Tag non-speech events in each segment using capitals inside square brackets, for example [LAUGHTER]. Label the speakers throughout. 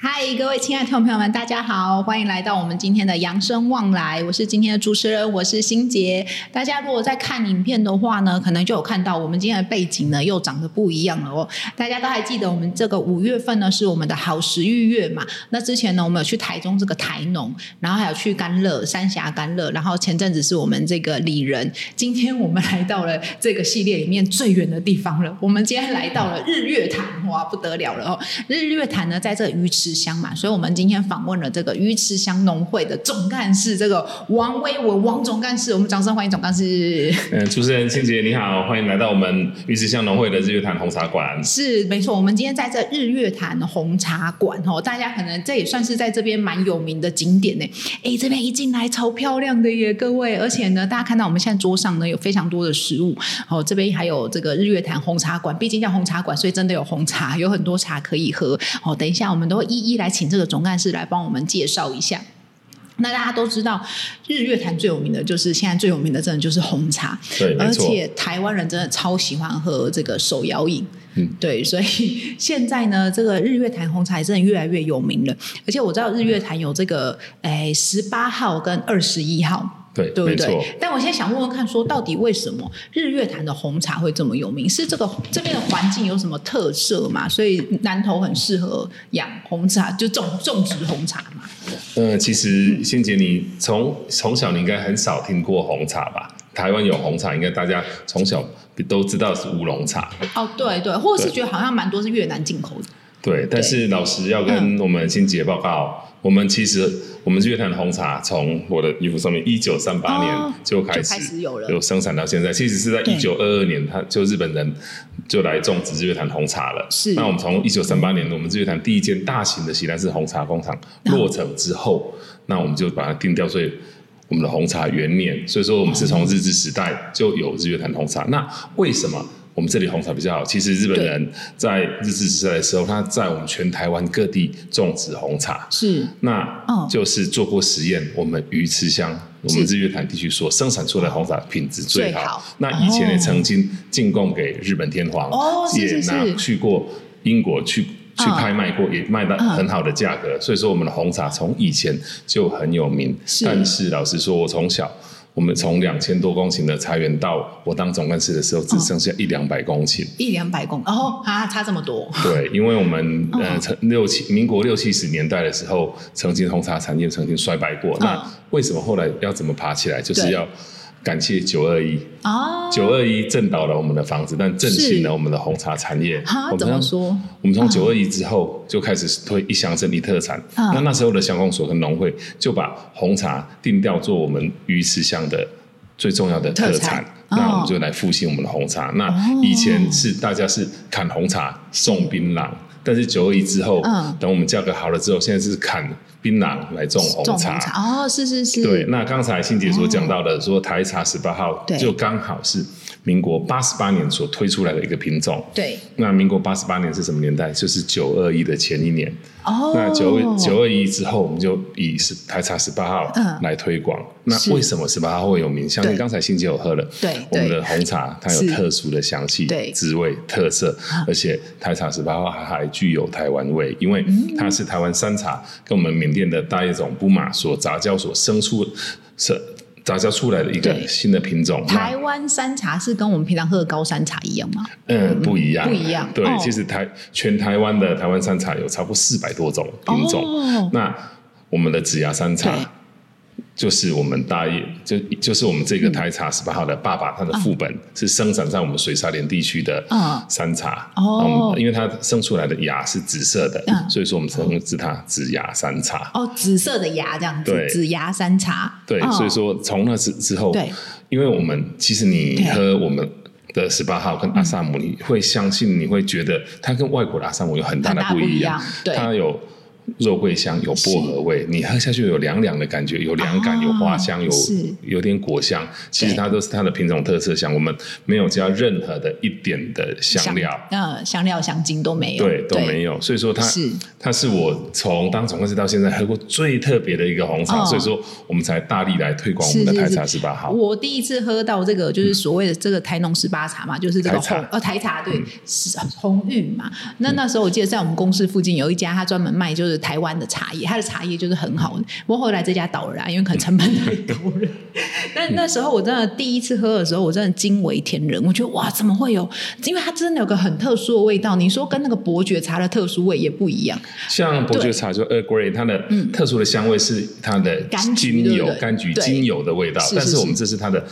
Speaker 1: 嗨，各位亲爱的听众朋友们，大家好，欢迎来到我们今天的《扬生望来》，我是今天的主持人，我是欣杰。大家如果在看影片的话呢，可能就有看到我们今天的背景呢又长得不一样了哦。大家都还记得我们这个五月份呢是我们的好食欲月嘛？那之前呢，我们有去台中这个台农，然后还有去甘乐三峡甘乐，然后前阵子是我们这个里仁，今天我们来到了这个系列里面最远的地方了，我们今天来到了日月潭，哇，不得了了哦！日月潭呢，在这鱼池乡嘛，所以我们今天访问了这个鱼池乡农会的总干事，这个王威文王总干事，我们掌声欢迎总干事。
Speaker 2: 嗯，主持人清姐你好，欢迎来到我们玉石巷农会的日月潭红茶馆。
Speaker 1: 是没错，我们今天在这日月潭红茶馆哦，大家可能这也算是在这边蛮有名的景点呢。哎，这边一进来超漂亮的耶，各位！而且呢，大家看到我们现在桌上呢有非常多的食物哦，这边还有这个日月潭红茶馆，毕竟叫红茶馆，所以真的有红茶，有很多茶可以喝哦。等一下，我们都会一一来请这个总干事来帮我们介绍一下。那大家都知道，日月潭最有名的就是现在最有名的，真的就是红茶。
Speaker 2: 对，没
Speaker 1: 而
Speaker 2: 错，
Speaker 1: 且台湾人真的超喜欢喝这个手摇饮，
Speaker 2: 嗯
Speaker 1: 对，所以现在呢，这个日月潭红茶也真的越来越有名了。而且我知道日月潭有这个，哎，十八号跟二十一号，
Speaker 2: 对，
Speaker 1: 对
Speaker 2: 没
Speaker 1: 不对
Speaker 2: 错。？
Speaker 1: 但我现在想问问看，说到底为什么日月潭的红茶会这么有名？是这个这边的环境有什么特色嘛？所以南投很适合养红茶，就种种植红茶嘛。
Speaker 2: 呃，其实欣姐你从从小你应该很少听过红茶吧？台湾有红茶，应该大家从小都知道是乌龙茶。
Speaker 1: 哦，对对，或者是
Speaker 2: 对
Speaker 1: 觉得好像蛮多是越南进口的。
Speaker 2: 对，但是老师要
Speaker 1: 嗯
Speaker 2: 跟我们欣姐报告，我们其实我们日月潭红茶从我的衣服上面，一九三八
Speaker 1: 哦
Speaker 2: 年就开
Speaker 1: 就开
Speaker 2: 始
Speaker 1: 始有了
Speaker 2: 生产到现在，其实是在
Speaker 1: 对
Speaker 2: 一九二二年，他就日本人就来种植日月潭红茶了。
Speaker 1: 是
Speaker 2: 那我们从一九三八年，我们日月潭第一间大型的西兰式红茶工厂
Speaker 1: 啊
Speaker 2: 落成之后，那我们就把它定掉，所以。我们的红茶元年，所以说我们是从日治时代就有日月潭红茶。那为什么我们这里红茶比较好？其实日本人在日治时代的时候，他在我们全台湾各地种植红茶，
Speaker 1: 是
Speaker 2: 那
Speaker 1: 哦
Speaker 2: 就是做过实验。我们鱼池乡，我们日月潭地区所生产出来的红茶品质最好。
Speaker 1: 最好
Speaker 2: 那以前
Speaker 1: 哦
Speaker 2: 也曾经进贡给日本天皇，
Speaker 1: 哦是是
Speaker 2: 也
Speaker 1: 是
Speaker 2: 拿去过英国去。去
Speaker 1: 嗯
Speaker 2: 拍卖过，也卖到
Speaker 1: 嗯
Speaker 2: 很好的价格，所以说我们的红茶从以前就很有名。
Speaker 1: 是
Speaker 2: 但是老实说，我从小，我们从两千多公顷的茶园到我当总干事的时候，只
Speaker 1: 嗯
Speaker 2: 剩下一两百公顷。
Speaker 1: 一两百公，哦啊，差这么多，
Speaker 2: 对，因为我们
Speaker 1: 哦
Speaker 2: 呃，曾六七民国六七十年代的时候，曾经红茶产业曾经衰败过。那为什么后来要怎么爬起来？就是
Speaker 1: 啊对
Speaker 2: 要感谢九二一，
Speaker 1: 哦，
Speaker 2: 九二一震倒了我们的房子，但振兴
Speaker 1: 是
Speaker 2: 了我们的红茶产业。
Speaker 1: 哈
Speaker 2: 我们
Speaker 1: 怎么
Speaker 2: 让
Speaker 1: 说？
Speaker 2: 我们从九二一之后就开始推一乡镇一特产。
Speaker 1: 啊
Speaker 2: 那那时候的乡公所跟农会就把红茶定调做我们鱼池乡的最重要的特
Speaker 1: 特
Speaker 2: 产
Speaker 1: 产。
Speaker 2: 那我
Speaker 1: 哦
Speaker 2: 们就来复兴我们的红茶。那
Speaker 1: 哦
Speaker 2: 以前是大家是砍红茶送槟榔，但是九二一之后
Speaker 1: 嗯，
Speaker 2: 等我们价格好了之后，现在是砍槟榔来种
Speaker 1: 种
Speaker 2: 红
Speaker 1: 红茶哦，是是是，
Speaker 2: 对，那刚才欣姐所讲到的，说台茶十八号
Speaker 1: 对
Speaker 2: 就刚好是民国八十八年所推出来的一个品种。
Speaker 1: 对
Speaker 2: 那民国八十八年是什么年代？就是九二一的前一年。
Speaker 1: 哦，
Speaker 2: 那九二九二一之后，我们就以是台茶十八号
Speaker 1: 嗯
Speaker 2: 来推广。
Speaker 1: 是
Speaker 2: 那为什么十八号会有名？像
Speaker 1: 对
Speaker 2: 你刚才欣姐有喝了，
Speaker 1: 对
Speaker 2: 我们
Speaker 1: 对
Speaker 2: 的红茶它有
Speaker 1: 是
Speaker 2: 特殊的香气
Speaker 1: 对、啊
Speaker 2: 滋味、特色，而且台茶十八号还还具有台湾味，因为
Speaker 1: 嗯
Speaker 2: 它是台湾山茶跟我们缅甸的大叶种布马所杂交所生出是。杂交出来的一个
Speaker 1: 对
Speaker 2: 新的品种，那
Speaker 1: 台湾山茶是跟我们平常喝的高山茶一样吗？
Speaker 2: 嗯，不一样，
Speaker 1: 不一样
Speaker 2: 对，
Speaker 1: 哦
Speaker 2: 其实台全台湾的台湾山茶有超过四百多种品种。
Speaker 1: 哦
Speaker 2: 那我们的紫芽山茶
Speaker 1: 对
Speaker 2: 就是我们大叶，就就是我们这个台茶十八号的爸爸，他的副本是生长在我们水沙连地区的
Speaker 1: 嗯
Speaker 2: 山茶。
Speaker 1: 哦
Speaker 2: 然后我们因为它生出来的芽是紫色的，
Speaker 1: 嗯
Speaker 2: 所以说我们称之它紫芽山茶。
Speaker 1: 哦，紫色的芽这样子，
Speaker 2: 对
Speaker 1: 紫芽山茶，
Speaker 2: 对，
Speaker 1: 哦
Speaker 2: 所以说从那之之后，
Speaker 1: 对，
Speaker 2: 因为我们其实你
Speaker 1: 对
Speaker 2: 喝我们的十八号跟阿萨姆，你会相信，你会觉得它跟外国的阿萨姆有很大的
Speaker 1: 很大
Speaker 2: 不
Speaker 1: 不一
Speaker 2: 一
Speaker 1: 样对
Speaker 2: 它有肉桂香，有薄荷味，你喝下去有凉凉的感觉，有凉感，
Speaker 1: 啊
Speaker 2: 有花香，有
Speaker 1: 是
Speaker 2: 有点果香。其实它都是它的品种特色香，我们没有加任何的一点的香料，
Speaker 1: 呃，香料、香精都没有，
Speaker 2: 对，都没
Speaker 1: 有。
Speaker 2: 有。所以说它
Speaker 1: 是
Speaker 2: 它是我从当总干事到现在喝过最特别的一个红茶，
Speaker 1: 哦
Speaker 2: 所以说我们才大力来推广我
Speaker 1: 是
Speaker 2: 们的
Speaker 1: 是
Speaker 2: 台
Speaker 1: 是
Speaker 2: 茶十八号。
Speaker 1: 我第一次喝到这个，就是所谓的这个台农十八茶嘛，就是这个
Speaker 2: 嗯台茶嗯
Speaker 1: 红呃台茶对，是呃红玉嘛。那那时候我记得在我们公司附近有一家，他专门卖就是台湾的茶叶，他的茶叶就是很好的。不过后来这家倒了啊，因为可能成本太高了。
Speaker 2: 嗯
Speaker 1: 但 [LAUGHS] 那时候我真的第一次喝的时候，我真的惊为天人。我觉得哇，怎么会有？因为它真的有个很特殊的味道，你说跟那个伯爵茶的特殊味也不一样。
Speaker 2: 像伯爵茶就 Earl Grey，它的特殊的香味是它的
Speaker 1: 嗯柑橘
Speaker 2: 精油
Speaker 1: 对不对
Speaker 2: 柑橘
Speaker 1: 对
Speaker 2: 精油的味道
Speaker 1: 是，是
Speaker 2: 但是我们
Speaker 1: 是
Speaker 2: 这是它的。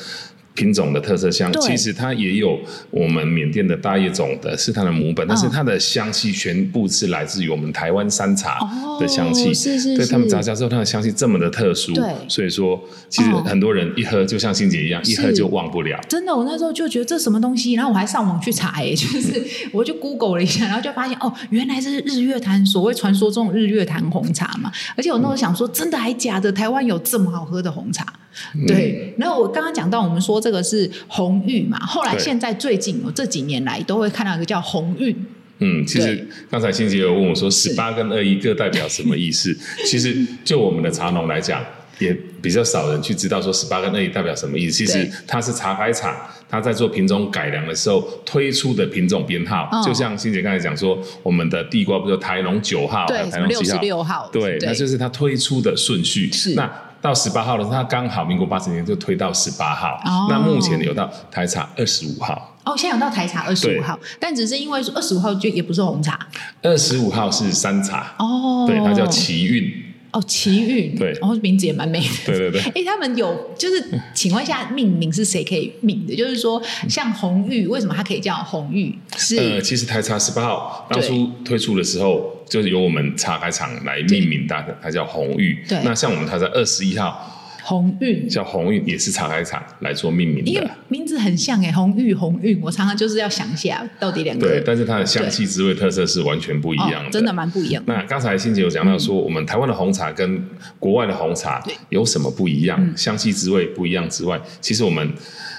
Speaker 2: 品种的特色香，
Speaker 1: 对
Speaker 2: 其实它也有我们缅甸的大叶种的，是它的母
Speaker 1: 哦
Speaker 2: 本，但是它的香气全部是来自于我们台湾山茶
Speaker 1: 哦
Speaker 2: 的香气。
Speaker 1: 是是
Speaker 2: 对
Speaker 1: 是
Speaker 2: 他们杂交之后，它的香气这么的特殊
Speaker 1: 对，
Speaker 2: 所以说其实
Speaker 1: 哦
Speaker 2: 很多人一喝，就像欣姐一样，一喝
Speaker 1: 是
Speaker 2: 就忘不了。
Speaker 1: 真的，我那时候就觉得这什么东西，然后我还上网去查、欸， [LAUGHS] 就是我就 Google 了一下，然后就发现哦，原来这是日月潭所谓传说中的日月潭红茶嘛。而且我那时候想说，真的还假的？台湾有这么好喝的红茶？
Speaker 2: 嗯
Speaker 1: 对。然后我刚刚讲到，我们说这个是红玉嘛，后来
Speaker 2: 对
Speaker 1: 现在最近哦我这几年来都会看到一个叫红玉，
Speaker 2: 嗯，其
Speaker 1: 对
Speaker 2: 实刚才欣姐有问我说，十八跟二一各代表什么
Speaker 1: [LAUGHS]
Speaker 2: 意思？其实就我们的茶农来讲，也比较少人去知道说十八跟二一代表什么意思。其
Speaker 1: 对
Speaker 2: 实它是茶改厂，它在做品种改良的时候推出的品种编号，
Speaker 1: 哦
Speaker 2: 就像欣姐刚才讲说，我们的地瓜不就台农九号，还
Speaker 1: 对
Speaker 2: 有，台
Speaker 1: 什么
Speaker 2: 农
Speaker 1: 六
Speaker 2: 七
Speaker 1: 十
Speaker 2: 号？
Speaker 1: 六号，
Speaker 2: 对，那就是它推出的顺序。
Speaker 1: 是
Speaker 2: 那到十八号的时候，它刚好民国八十年就推到十八号。
Speaker 1: 哦
Speaker 2: 那目前有到台茶二十五号。
Speaker 1: 哦，现在有到台茶二十
Speaker 2: 对
Speaker 1: 五号，但只是因为二十五号就也不是红茶
Speaker 2: 二十五号是山茶，
Speaker 1: 哦，
Speaker 2: 对，它叫奇运。
Speaker 1: 哦，奇遇，
Speaker 2: 对
Speaker 1: 然后、名字也蛮美的。
Speaker 2: 对对对
Speaker 1: 哎、他们有就是，请问一下，命名是谁可以命的？就是说，像红玉，为什么它可以叫红玉？是、
Speaker 2: 呃，其实台茶十八号当
Speaker 1: 对
Speaker 2: 初推出的时候，就是由我们茶改厂来命名它的，它叫红玉。
Speaker 1: 对
Speaker 2: 那像我们台茶二十一号
Speaker 1: 红玉，
Speaker 2: 叫啊红玉，也是茶改厂来做命名
Speaker 1: 因为
Speaker 2: 的。
Speaker 1: 名字很像哎、红玉红玉，我常常就是要想一下到底两个
Speaker 2: 对，但是它的香气、滋味特色是完全不一样
Speaker 1: 哦
Speaker 2: 的。、
Speaker 1: 真的蛮不一样的。
Speaker 2: 那刚才欣姐有讲到说，我们台湾的红茶跟国外的红茶
Speaker 1: 嗯
Speaker 2: 有什么不一样？香气滋味不一样之外，其实我们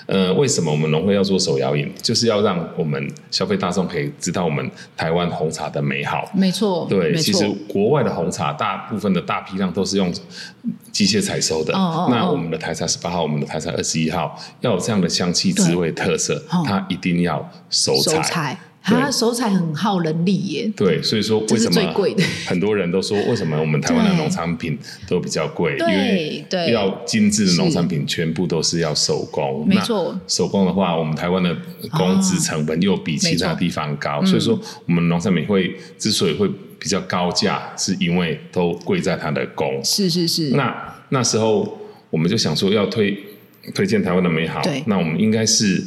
Speaker 2: 呃，为什么我们农会要做手摇饮，就是要让我们消费大众可以知道我们台湾红茶的美好。
Speaker 1: 没错，
Speaker 2: 对，
Speaker 1: 没
Speaker 2: 其
Speaker 1: 错
Speaker 2: 实，国外的红茶大部分的大批量都是用机械采收的。
Speaker 1: 哦哦
Speaker 2: 那
Speaker 1: 哦
Speaker 2: 我们的台茶十八号，我们的台茶二十一号要有这样的香气、滋味、特色
Speaker 1: 哦，
Speaker 2: 它一定要手
Speaker 1: 手
Speaker 2: 采。
Speaker 1: 采，它
Speaker 2: 对
Speaker 1: 手采很耗人力耶。
Speaker 2: 对，所以说为什
Speaker 1: 这是最
Speaker 2: 么
Speaker 1: 贵的
Speaker 2: 很多人都说为什么我们台湾的
Speaker 1: 对
Speaker 2: 农产品都比较贵？因
Speaker 1: 对
Speaker 2: 为
Speaker 1: 对
Speaker 2: 要精致的农
Speaker 1: 是
Speaker 2: 产品全部都是要手工。
Speaker 1: 没
Speaker 2: 那
Speaker 1: 错
Speaker 2: 手工的话，我们台湾的工资成本又比其
Speaker 1: 没
Speaker 2: 他
Speaker 1: 错
Speaker 2: 地方高，所以说我们农产品会之所以会比较高价，是因为都贵在它的工。
Speaker 1: 是是是，
Speaker 2: 那那时候我们就想说要推推荐台湾的美好
Speaker 1: 对，
Speaker 2: 那我们应该是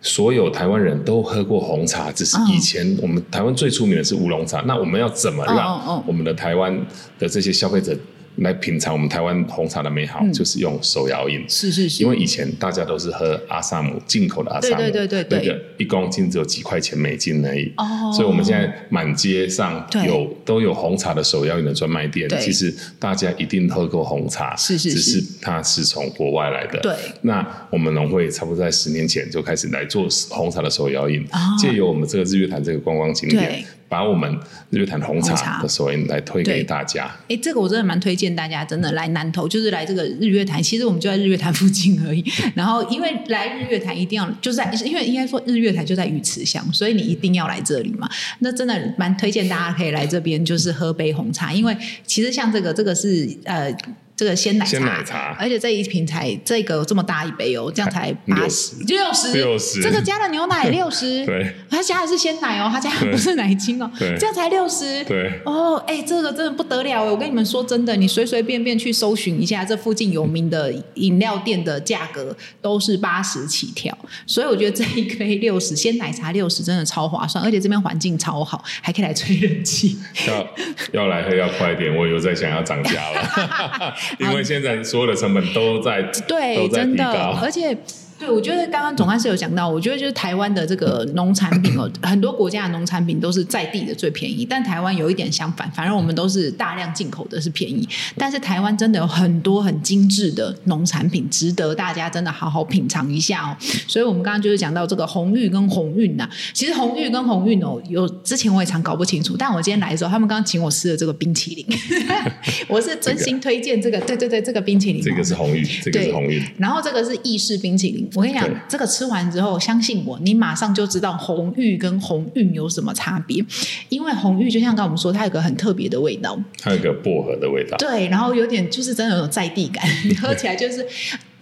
Speaker 2: 所有台湾人都喝过红茶，只是
Speaker 1: 嗯
Speaker 2: 以前我们台湾最出名的是乌龙茶，那我们要怎么
Speaker 1: 嗯嗯嗯
Speaker 2: 让我们的台湾的这些消费者来品尝我们台湾红茶的美好，
Speaker 1: 嗯
Speaker 2: 就是用手摇饮。
Speaker 1: 是是是，
Speaker 2: 因为以前大家都是喝阿萨姆进口的阿萨姆，
Speaker 1: 对对对对对
Speaker 2: 那个一公斤只有几块钱美金而已。
Speaker 1: 哦
Speaker 2: 所以我们现在满街上
Speaker 1: 对
Speaker 2: 有都有红茶的手摇饮的专卖店
Speaker 1: 对，
Speaker 2: 其实大家一定喝过红茶，
Speaker 1: 是是是
Speaker 2: 只是它是从国外来的。
Speaker 1: 对
Speaker 2: 那我们农会差不多在十年前就开始来做红茶的手摇饮
Speaker 1: 啊，
Speaker 2: 借、由我们这个日月潭这个观光景
Speaker 1: 对
Speaker 2: 点，把我们日月潭红
Speaker 1: 红茶
Speaker 2: 茶的手摇饮来推
Speaker 1: 对
Speaker 2: 给大家。
Speaker 1: 哎，这个我真的蛮推荐大家，真的来南投，就是来这个日月潭。其实我们就在日月潭附近
Speaker 2: [LAUGHS]
Speaker 1: 而已。然后，因为来日月潭一定要就是在，因为应该说日月潭就在鱼池乡，所以你一定要来这里嘛。那真的蛮推荐大家可以来这边，就是喝杯红茶，因为其实像这个，这个是呃。这个鲜奶茶，
Speaker 2: 鲜奶茶
Speaker 1: 而且这一瓶才这个这么大一杯哦，这样才
Speaker 2: 六
Speaker 1: 八十
Speaker 2: 十
Speaker 1: 六十
Speaker 2: 六十
Speaker 1: 这个加了牛奶六十，
Speaker 2: [LAUGHS] 对，
Speaker 1: 他加的是鲜奶哦，他加的不是奶精哦，
Speaker 2: 对
Speaker 1: 这样才六十，
Speaker 2: 对
Speaker 1: 哦，哎、这个真的不得了哎！我跟你们说真的，你随随便便去搜寻一下，这附近有名的饮料店的价格都是八十起跳，所以我觉得这一杯六十鲜奶茶六十真的超划算，而且这边环境超好，还可以来吹冷气。
Speaker 2: 要要来喝要快一点，我有在想要涨
Speaker 1: [LAUGHS]
Speaker 2: 价了，因为现在所有的成本都在
Speaker 1: 对，
Speaker 2: 都在
Speaker 1: 真
Speaker 2: 提
Speaker 1: 的，
Speaker 2: 高。
Speaker 1: 而且。对，我觉得刚刚总干事有讲到，我觉得就是台湾的这个农产品哦，很多国家的农产品都是在地的最便宜，但台湾有一点相反，反正我们都是大量进口的是便宜，但是台湾真的有很多很精致的农产品，值得大家真的好好品尝一下哦。所以我们刚刚就是讲到这个红玉跟鸿运呐、其实红玉跟鸿运哦，有之前我也常搞不清楚，但我今天来的时候，他们刚请我吃的这个冰淇淋， [LAUGHS] 我是真心推荐这个，对对对，这个冰淇淋哦、
Speaker 2: 这个是红玉，这个是
Speaker 1: 对
Speaker 2: 红玉，
Speaker 1: 然后这个是意式冰淇淋，我跟你讲
Speaker 2: 对，
Speaker 1: 这个吃完之后，相信我，你马上就知道红玉跟红韵有什么差别。因为红玉就像刚刚我们说，它有个很特别的味道，
Speaker 2: 它有一个薄荷的味道。
Speaker 1: 对，然后有点就是真的有在地感，你喝起来就是。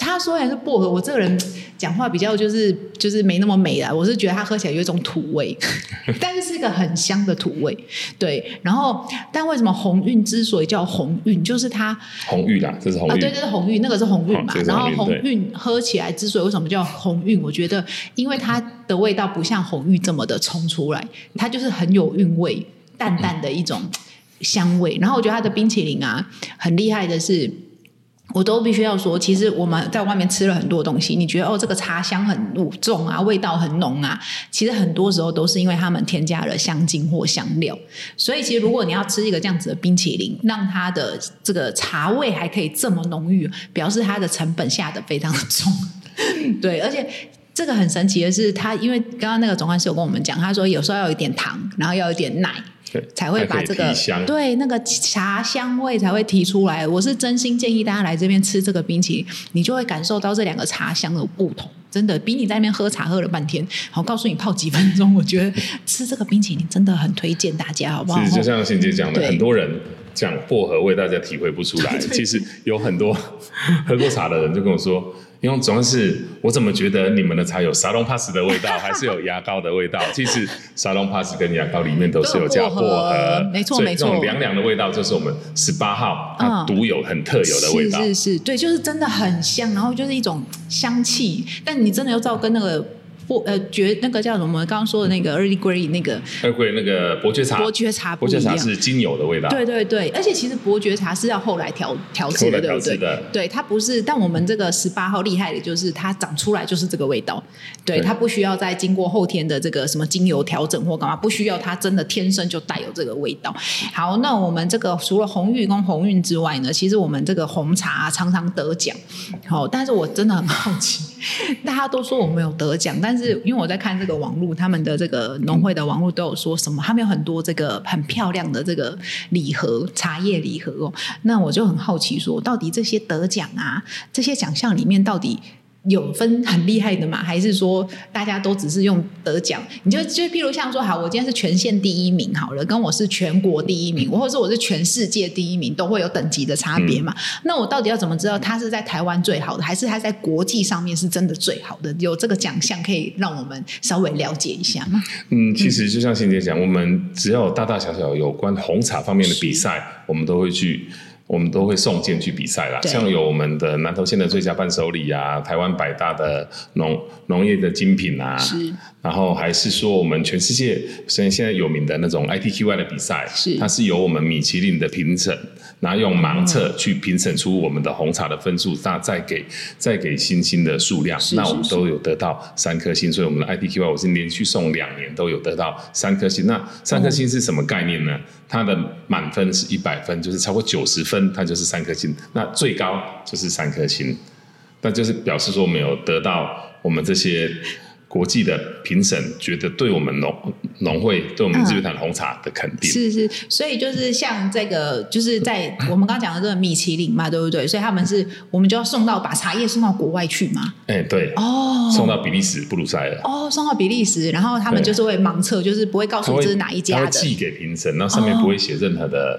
Speaker 1: 他虽然是薄荷，我这个人讲话比较就是就是没那么美啦，我是觉得它喝起来有一种土味， [LAUGHS] 但是是一个很香的土味。对，然后但为什么鸿运之所以叫鸿运，就是它
Speaker 2: 红玉啦，这是红
Speaker 1: 啊，
Speaker 2: 玉，
Speaker 1: 对，这是鸿运，那个是鸿运
Speaker 2: 哦
Speaker 1: 嘛
Speaker 2: 这。是
Speaker 1: 然
Speaker 2: 鸿
Speaker 1: 后
Speaker 2: 运
Speaker 1: 鸿
Speaker 2: 对
Speaker 1: 运喝起来之所以为什么叫鸿运，我觉得因为它的味道不像红玉这么的冲出来，它就是很有韵味，淡淡的一种香味。然后我觉得它的冰淇淋啊，很厉害的是。我都必须要说，其实我们在外面吃了很多东西，你觉得哦，这个茶香很重啊，味道很浓啊，其实很多时候都是因为他们添加了香精或香料。所以其实如果你要吃一个这样子的冰淇淋，让它的这个茶味还可以这么浓郁，表示它的成本下的非常的重。 [LAUGHS] 对，而且。这个很神奇的是，它因为刚刚那个总干事有跟我们讲，他说有时候要有一点糖，然后要有一点奶，
Speaker 2: 对
Speaker 1: 才会
Speaker 2: 它
Speaker 1: 把
Speaker 2: 可以
Speaker 1: 这个
Speaker 2: 提香。
Speaker 1: 对那个茶香味才会提出来。我是真心建议大家来这边吃这个冰淇淋，你就会感受到这两个茶香的不同。真的比你在那边喝茶喝了半天，好告诉你泡几分钟，我觉得吃这个冰淇淋真的很推荐大家，好
Speaker 2: [LAUGHS]
Speaker 1: 不好？
Speaker 2: 其实就像欣姐讲的，
Speaker 1: 哦对
Speaker 2: 很多人讲薄荷味，大家体会不出
Speaker 1: [LAUGHS]
Speaker 2: 来。其实有很多 [LAUGHS] 喝过茶的人就跟我说。因为总要是我怎么觉得你们的茶有沙龙 pass 的味道，还是有牙膏的
Speaker 1: [LAUGHS]
Speaker 2: 味道？其实沙龙 pass 跟牙膏里面都是有加薄
Speaker 1: 都有薄
Speaker 2: 荷
Speaker 1: 荷，没错
Speaker 2: 所以
Speaker 1: 没错
Speaker 2: 这种凉凉的味道就是我们十八号它
Speaker 1: 嗯
Speaker 2: 独有、很特有的味道。
Speaker 1: 是是是，对，就是真的很香，然后就是一种香气，但你真的要照跟那个不呃觉那个叫什么刚刚说的那个 early grey 那个
Speaker 2: 二贵那个伯爵茶，
Speaker 1: 伯爵茶不
Speaker 2: 伯
Speaker 1: 一
Speaker 2: 爵
Speaker 1: 样。
Speaker 2: 茶是精油的味道，
Speaker 1: 对对对，而且其实伯爵茶是要后来调调制
Speaker 2: 后
Speaker 1: 的，
Speaker 2: 来
Speaker 1: 对
Speaker 2: 调
Speaker 1: 不对
Speaker 2: 制？的。
Speaker 1: 对，它不是，但我们这个十八号厉害的就是它长出来就是这个味道，对，
Speaker 2: 对
Speaker 1: 它不需要再经过后天的这个什么精油调整或干嘛，不需要它真的天生就带有这个味道。好，那我们这个除了红玉跟红韵之外呢，其实我们这个红茶、常常得奖，好、但是我真的很好奇， [LAUGHS] 大家都说我们有得奖，但是因为我在看这个网络，他们的这个农会的网络都有说什么，他们有很多这个很漂亮的这个礼盒，茶叶礼盒哦。那我就很好奇说，到底这些得奖啊，这些奖项里面到底？有分很厉害的吗？还是说大家都只是用得奖？你就就譬如像说，好，我今天是全县第一名好了，跟我是全国第一名，或者是我是全世界第一名，都会有等级的差别嘛？那我到底要怎么知道他是在台湾最好的，还是他在国际上面是真的最好的？有这个奖项可以让我们稍微了解一下吗？
Speaker 2: 嗯，其实就像欣姐讲，我们只要有大大小小有关红茶方面的比赛，我们都会去。我们都会送件去比赛啦，
Speaker 1: 对
Speaker 2: 像有我们的南投县的最佳伴手礼啊，台湾百大的农农业的精品啊，
Speaker 1: 是
Speaker 2: 然后还是说我们全世界现现在有名的那种 ITQY 的比赛，
Speaker 1: 是
Speaker 2: 它是由我们米其林的评审，然后用盲
Speaker 1: 嗯
Speaker 2: 测去评审出我们的红茶的分数，那再给再给星星的数量，
Speaker 1: 是
Speaker 2: 那
Speaker 1: 是
Speaker 2: 我们都有得到三颗星，所以我们的 ITQY 我是连续送两年都有得到三颗星。那三颗星是什么概念呢？它的满分是一百分，就是超过九十分，它就是三颗星，那最高就是三颗星。那就是表示说我们有得到我们这些国际的评审觉得对我们农农会对我们日月潭红茶的肯定。
Speaker 1: 是是，所以就是像这个，就是
Speaker 2: [LAUGHS]
Speaker 1: 在我们刚刚讲的这个米其林嘛，对不对？所以他们是我们就要送到把茶叶送到国外去嘛？
Speaker 2: 哎、对，
Speaker 1: 哦
Speaker 2: 送到比利时布鲁塞尔，
Speaker 1: 哦，送到比利时，然后他们
Speaker 2: 对
Speaker 1: 就是会盲测，就是不会告
Speaker 2: 他
Speaker 1: 诉
Speaker 2: 会
Speaker 1: 这是哪一
Speaker 2: 他
Speaker 1: 家
Speaker 2: 会
Speaker 1: 的
Speaker 2: 寄给评审，然后上面
Speaker 1: 哦
Speaker 2: 不会写任何的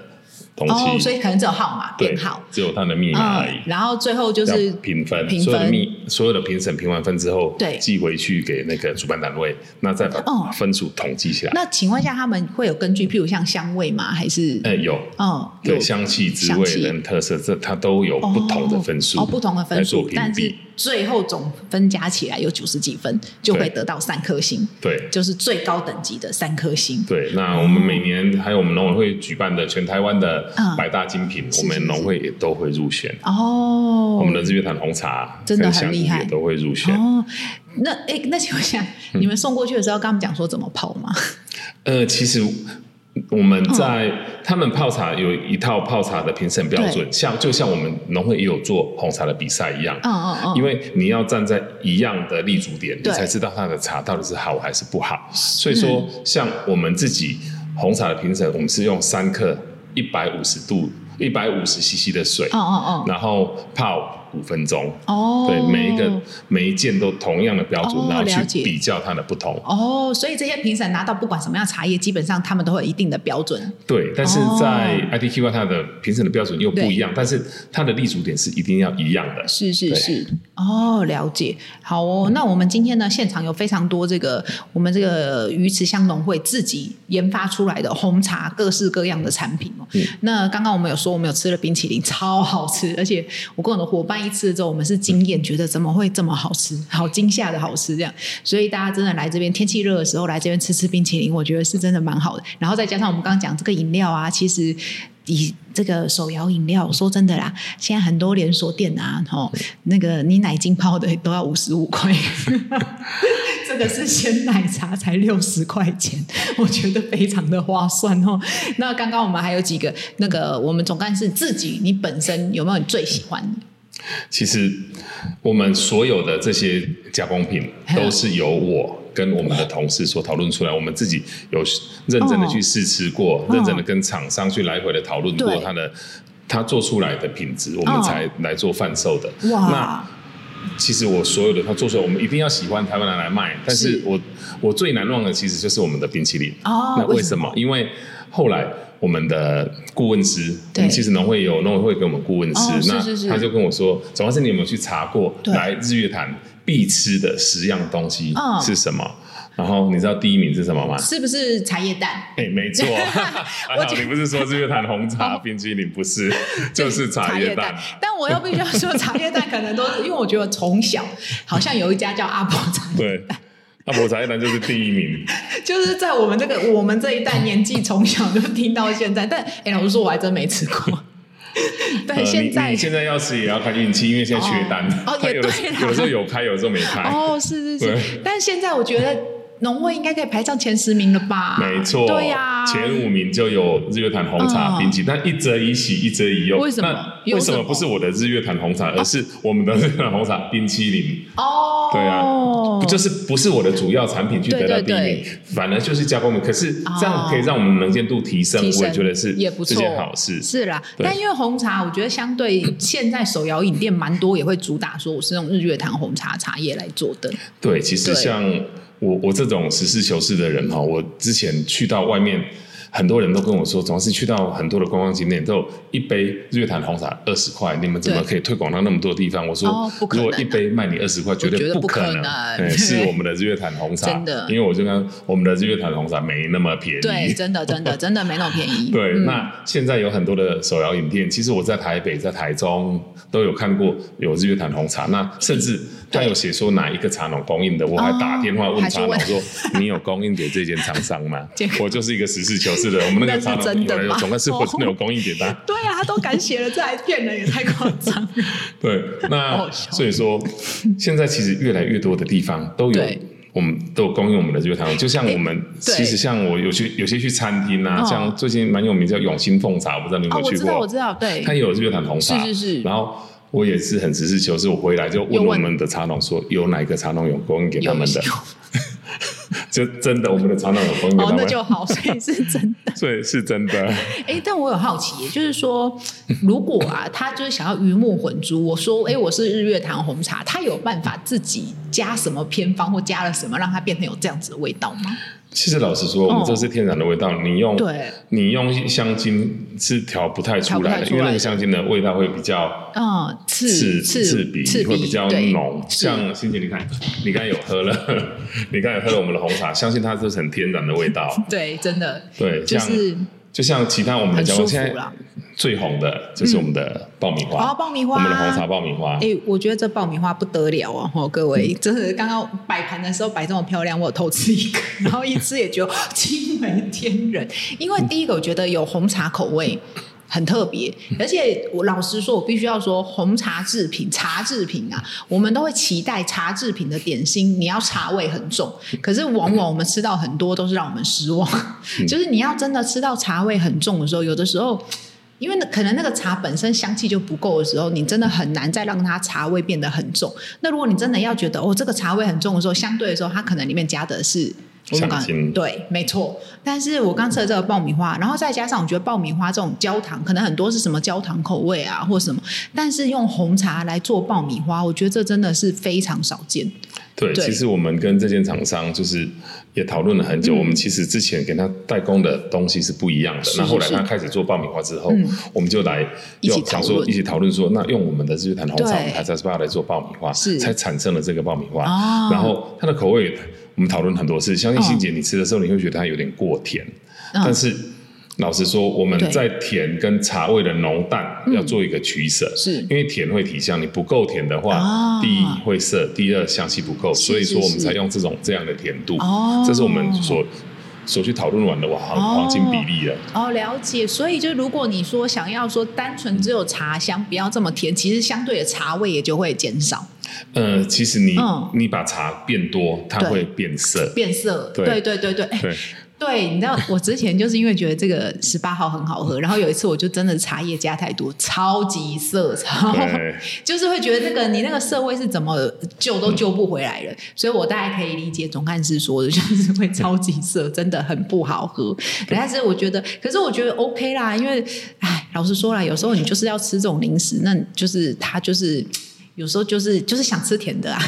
Speaker 2: 东西，
Speaker 1: 哦，所以可能只有号码
Speaker 2: 对
Speaker 1: 编号，，
Speaker 2: 只有他的密码而已。
Speaker 1: 嗯，然后最后就是
Speaker 2: 要评分，
Speaker 1: 评
Speaker 2: 所有的
Speaker 1: 分
Speaker 2: 密所有的评审评完分之后，
Speaker 1: 对
Speaker 2: 寄回去给那个主办单位，那再把
Speaker 1: 哦
Speaker 2: 分数统计起来。
Speaker 1: 那请问一下，他们会有根据，譬如像香味吗？还是
Speaker 2: 哎、有
Speaker 1: 嗯，有
Speaker 2: 对香气、滋
Speaker 1: 香
Speaker 2: 味
Speaker 1: 气
Speaker 2: 跟特色，这它都有不同的分数、
Speaker 1: 哦，不同的分
Speaker 2: 来做
Speaker 1: 数，
Speaker 2: 评
Speaker 1: 但是
Speaker 2: 比。
Speaker 1: 最后总分加起来有九十几分，就会
Speaker 2: 对
Speaker 1: 得到三颗星，
Speaker 2: 对
Speaker 1: 就是最高等级的三颗星。
Speaker 2: 对，那我们每年还有我们农委会举办的全台湾的
Speaker 1: 嗯
Speaker 2: 百大精品，
Speaker 1: 是
Speaker 2: 我
Speaker 1: 是
Speaker 2: 们
Speaker 1: 是
Speaker 2: 农会也都会入选。
Speaker 1: 哦，
Speaker 2: 我们的日月潭红茶
Speaker 1: 真的
Speaker 2: 跟
Speaker 1: 很
Speaker 2: 香菇
Speaker 1: 厉害
Speaker 2: 也都会入选。
Speaker 1: 哦，那哎、那请问一下，你们送过去的时候跟他们讲说怎么泡吗？
Speaker 2: 呃，其实我们
Speaker 1: 嗯
Speaker 2: 在、他们泡茶有一套泡茶的评审标准，像就像我们农会也有做红茶的比赛一样。
Speaker 1: 嗯嗯嗯，
Speaker 2: 因为你要站在一样的立足点，你
Speaker 1: 对
Speaker 2: 才知道它的茶到底是好还是不好。所以说，
Speaker 1: 嗯
Speaker 2: 像我们自己红茶的评审，我们是用三克一百五十度、一百五十 CC 的水，
Speaker 1: 哦哦
Speaker 2: 然后泡五分钟。
Speaker 1: 哦，哦，
Speaker 2: 对，每一个每一件都同样的标准，
Speaker 1: 哦
Speaker 2: 然后
Speaker 1: 了解
Speaker 2: 去比较它的不同。
Speaker 1: 哦，所以这些评审拿到不管什么样的茶叶，基本上他们都会有一定的标准。
Speaker 2: 对，但是
Speaker 1: 哦
Speaker 2: 在 ITQI 它的评审的标准又不一样，但是它的立足点是一定要一样的。
Speaker 1: 是是
Speaker 2: 对
Speaker 1: 是，哦，了解，好哦。那我们今天呢，现场有非常多这个我们这个鱼池乡农会自己研发出来的红茶，各式各样的产品哦。
Speaker 2: 嗯
Speaker 1: 那刚刚我们有说，我们有吃了冰淇淋，超好吃，而且我跟我的伙伴一吃了之后，我们是惊艳，觉得怎么会这么好吃，好惊吓的好吃这样。所以大家真的来这边，天气热的时候来这边吃吃冰淇淋，我觉得是真的蛮好的。然后再加上我们刚刚讲这个饮料啊，其实以这个手摇饮料，哦说真的啦，现在很多连锁店啊，吼、那个你奶精泡的都要五十五块， [LAUGHS] 这个是鲜奶茶才六十块钱，我觉得非常的划算哦。那刚刚我们还有几个，那个我们总干事自己，你本身有没有你最喜欢的？
Speaker 2: 其实我们所有的这些加工品都是由我。跟我们的同事所讨论出来，我们自己有认真的去试吃过，
Speaker 1: 哦
Speaker 2: 认真的跟厂商去来回的讨论过
Speaker 1: 对
Speaker 2: 它的它做出来的品质，我
Speaker 1: 哦
Speaker 2: 们才来做贩售的。那
Speaker 1: 哇，
Speaker 2: 其实我所有的它做出来，我们一定要喜欢台湾人来卖。但是
Speaker 1: 是
Speaker 2: 我我最难忘的其实就是我们的冰淇淋。
Speaker 1: 哦
Speaker 2: 那
Speaker 1: 为
Speaker 2: 为
Speaker 1: 什
Speaker 2: 什么？因为后来我们的顾问师，我
Speaker 1: 对
Speaker 2: 们其实农会有农委会给我们顾问师，
Speaker 1: 哦是
Speaker 2: 那
Speaker 1: 是是
Speaker 2: 他就跟我说，总要是你有没有去查过
Speaker 1: 对
Speaker 2: 来日月潭必吃的十样东西
Speaker 1: 嗯
Speaker 2: 是什么？然后你知道第一名是什
Speaker 1: [LAUGHS]
Speaker 2: 么吗？
Speaker 1: 是不是茶叶蛋？
Speaker 2: 哎、没错， [LAUGHS] 还好
Speaker 1: 觉得
Speaker 2: 你不是说日月潭红茶冰淇淋
Speaker 1: [LAUGHS]
Speaker 2: 不是，就是茶叶蛋。
Speaker 1: 但我又必须要说，茶叶蛋可能都是因为我觉得从小好像有一家叫阿婆茶
Speaker 2: 对，阿婆茶叶蛋就是第一名。
Speaker 1: 就是在我们这个我们这一代年纪，从小就听到现在。但哎、老实说，我还真没吃
Speaker 2: [LAUGHS]
Speaker 1: 过。但
Speaker 2: 呃，
Speaker 1: 现
Speaker 2: 你
Speaker 1: 在
Speaker 2: 你现在要吃也要看运气，因为现在缺单， [LAUGHS]
Speaker 1: 哦哦
Speaker 2: 它
Speaker 1: 也
Speaker 2: 有的
Speaker 1: 对啦
Speaker 2: 有时候有开，有时候没开。
Speaker 1: 哦，是是是
Speaker 2: 对，
Speaker 1: 但现在我觉得农会应该可以排上前十名了吧？
Speaker 2: 没错，
Speaker 1: 对呀、
Speaker 2: 前五名就有日月潭红茶
Speaker 1: 嗯
Speaker 2: 冰淇淋，但一折一喜，一折一用。
Speaker 1: 为什么
Speaker 2: 那
Speaker 1: 有
Speaker 2: 为
Speaker 1: 什
Speaker 2: 什
Speaker 1: 么
Speaker 2: 么不是我的日月潭红茶，而是我们的日月潭红茶冰淇淋？
Speaker 1: 哦，
Speaker 2: 对啊，不就是不是我的主要产品去得到第一
Speaker 1: 对
Speaker 2: 名
Speaker 1: 对，
Speaker 2: 反而就是加工品。可是这样可以让我们能见度提升
Speaker 1: 提，升
Speaker 2: 我也觉得是
Speaker 1: 也不
Speaker 2: 是
Speaker 1: 错，
Speaker 2: 件好事。
Speaker 1: 是啦，
Speaker 2: 对
Speaker 1: 但因为红茶，我觉得相对现在手摇饮店蛮多也会主打说我是用日月潭红茶茶叶来做的。
Speaker 2: 对，其实
Speaker 1: 对
Speaker 2: 像我我这种实事求是的人哈，我之前去到外面，很多人都跟我说，总是去到很多的观光景点，都有一杯日月潭红茶二十块，你们怎么
Speaker 1: 对
Speaker 2: 可以推广到那么多地方？我说，
Speaker 1: 哦不可能
Speaker 2: 如果一杯卖你二十块，绝
Speaker 1: 觉得
Speaker 2: 对
Speaker 1: 不
Speaker 2: 可
Speaker 1: 可能
Speaker 2: 对，
Speaker 1: 对 [LAUGHS]
Speaker 2: 是我们的日月潭红茶，
Speaker 1: 真的
Speaker 2: 因为我就跟我们的日月潭红茶没那么便宜。
Speaker 1: 对，真的真的真的没那么便宜。
Speaker 2: [LAUGHS] 对，
Speaker 1: 嗯
Speaker 2: 那现在有很多的手摇饮店，其实我在台北、在台中都有看过有日月潭红茶，那甚至他有写说哪一个茶农供应的，我还打电话问茶
Speaker 1: 哦
Speaker 2: 农
Speaker 1: 还去
Speaker 2: 说：“你有供应给这间厂商吗
Speaker 1: [LAUGHS] 结？”果
Speaker 2: 我就是一个实事求是的人，我们
Speaker 1: 那
Speaker 2: 那个
Speaker 1: 是
Speaker 2: 茶农
Speaker 1: 真的
Speaker 2: 有人有
Speaker 1: 吗
Speaker 2: 总干事我真的有供应给他。
Speaker 1: 对啊，他都敢写了，这还骗人也太夸张了。
Speaker 2: 对，
Speaker 1: 好
Speaker 2: 那
Speaker 1: 笑
Speaker 2: 所以说，现在其实越来越多的地方都有
Speaker 1: 对。哎
Speaker 2: 我们都有供应我们的日月潭，就像我们
Speaker 1: 对
Speaker 2: 其实像我有去有些去餐厅啊，
Speaker 1: 哦
Speaker 2: 像最近蛮有名叫永兴凤茶，我不知道你有没
Speaker 1: 哦，
Speaker 2: 有
Speaker 1: 我
Speaker 2: 去
Speaker 1: 知
Speaker 2: 过？
Speaker 1: 道，我知道，对，
Speaker 2: 他也有日月潭红茶，
Speaker 1: 是是是
Speaker 2: 然后我也是很实事求是，我回来就
Speaker 1: 有
Speaker 2: 问
Speaker 1: 问
Speaker 2: 我们的茶农说，有哪个茶农有供应给他们的
Speaker 1: [LAUGHS] 有？
Speaker 2: [LAUGHS] 就真的，我们的茶农有供应给
Speaker 1: 哦
Speaker 2: 他，
Speaker 1: 那
Speaker 2: 们，
Speaker 1: 就好，所以是真的。
Speaker 2: 所以是真
Speaker 1: [LAUGHS]
Speaker 2: 的。
Speaker 1: 哎，但我有好奇，就是说，如果啊，他就是想要鱼目混珠，我说，哎，我是日月潭红茶，他有办法自己加什么偏方或加了什么，让它变成有这样子的味道吗？
Speaker 2: 其实老实说，我们这是天然的味道，你用
Speaker 1: 哦对
Speaker 2: 你用香精是调不太出
Speaker 1: 调
Speaker 2: 来
Speaker 1: 不太
Speaker 2: 的，
Speaker 1: 出来的
Speaker 2: 因为那个香精的味道会比较。
Speaker 1: 嗯，刺
Speaker 2: 刺
Speaker 1: 刺
Speaker 2: 刺鼻
Speaker 1: 刺鼻
Speaker 2: 会比较
Speaker 1: 对
Speaker 2: 浓，
Speaker 1: 是
Speaker 2: 像欣姐，你看，你刚才有喝了，你刚才有喝了我们的红茶，相信它就是
Speaker 1: [LAUGHS]
Speaker 2: 很天然的味道。
Speaker 1: 对，真的
Speaker 2: 对，
Speaker 1: 就
Speaker 2: 像
Speaker 1: 是
Speaker 2: 就像其他我们的
Speaker 1: 很
Speaker 2: 加
Speaker 1: 舒
Speaker 2: 工，
Speaker 1: 服
Speaker 2: 现在
Speaker 1: 啦。
Speaker 2: 最红的就是我们的爆米花，
Speaker 1: 哦爆米花
Speaker 2: 我们的红茶爆米花
Speaker 1: 哎、。我觉得这爆米花不得了哦，吼各位，真的刚刚摆盘的时候摆这么漂亮，我有偷吃一个， [LAUGHS] 然后一吃也觉得惊为天人。因为第一个，我觉得有红茶口味很特别，而且我老实说，我必须要说，红茶制品、茶制品啊，我们都会期待茶制品的点心，你要茶味很重，可是往往我们吃到很多都是让我们失望，就是你要真的吃到茶味很重的时候，有的时候。因为那可能那个茶本身香气就不够的时候，你真的很难再让它茶味变得很重。那如果你真的要觉得哦，这个茶味很重的时候，相对的时候，它可能里面加的是我们刚
Speaker 2: 香精
Speaker 1: 对，没错。但是我刚吃的这个爆米花，然后再加上我觉得爆米花这种焦糖，可能很多是什么焦糖口味啊，或什么，但是用红茶来做爆米花，我觉得这真的是非常少见。
Speaker 2: 对，
Speaker 1: 对
Speaker 2: 其实我们跟这间厂商就是也讨论了很
Speaker 1: 嗯
Speaker 2: 久。我们其实之前给他代工的东西是不一样的，
Speaker 1: 是
Speaker 2: 那后来
Speaker 1: 是
Speaker 2: 他开始做爆米花之后，
Speaker 1: 嗯
Speaker 2: 我们就来
Speaker 1: 一起
Speaker 2: 又想
Speaker 1: 讨
Speaker 2: 说
Speaker 1: 论
Speaker 2: 一起讨论说，那用我们的日月潭红茶
Speaker 1: 对
Speaker 2: 台茶 SPA 来做爆米花，
Speaker 1: 是
Speaker 2: 才产生了这个爆米花。
Speaker 1: 哦
Speaker 2: 然后它的口味，我们讨论很多次，相信欣姐你吃的时候你会觉得它有点过甜，
Speaker 1: 嗯
Speaker 2: 但是。老实说，我们
Speaker 1: 对嗯
Speaker 2: 在甜跟茶味的浓淡要做一个取舍，
Speaker 1: 是
Speaker 2: 因为甜会提香，你不够甜的话，
Speaker 1: 啊
Speaker 2: 第一会涩，第二香气不够，
Speaker 1: 是
Speaker 2: 所以
Speaker 1: 是
Speaker 2: 说我们
Speaker 1: 是
Speaker 2: 才用这种这样的甜度。
Speaker 1: 哦
Speaker 2: 这是我们所所去讨论完的哇黄、
Speaker 1: 哦
Speaker 2: 黄金比例了。
Speaker 1: 哦，了解。所以就如果你说想要说单纯只有茶香，不要这么甜，其实相对的茶味也就会减少。
Speaker 2: 呃，其实你、
Speaker 1: 嗯
Speaker 2: 你把茶变多，它
Speaker 1: 对
Speaker 2: 会变涩。
Speaker 1: 变色，
Speaker 2: 对
Speaker 1: 对对对对，哎
Speaker 2: 对，
Speaker 1: 对，你知道 [LAUGHS] 我之前就是因为觉得这个十八号很好喝，然后有一次我就真的茶叶加太多，超级涩，超
Speaker 2: 对，
Speaker 1: [LAUGHS] 就是会觉得那个你那个社会是怎么救都救不回来了，所以我大概可以理解总干事说的，就是会超级涩，真的很不好喝。但是我觉得，可是我觉得 OK 啦，因为哎，老实说啦，有时候你就是要吃这种零食，那就是它就是有时候就是就是想吃甜的啊，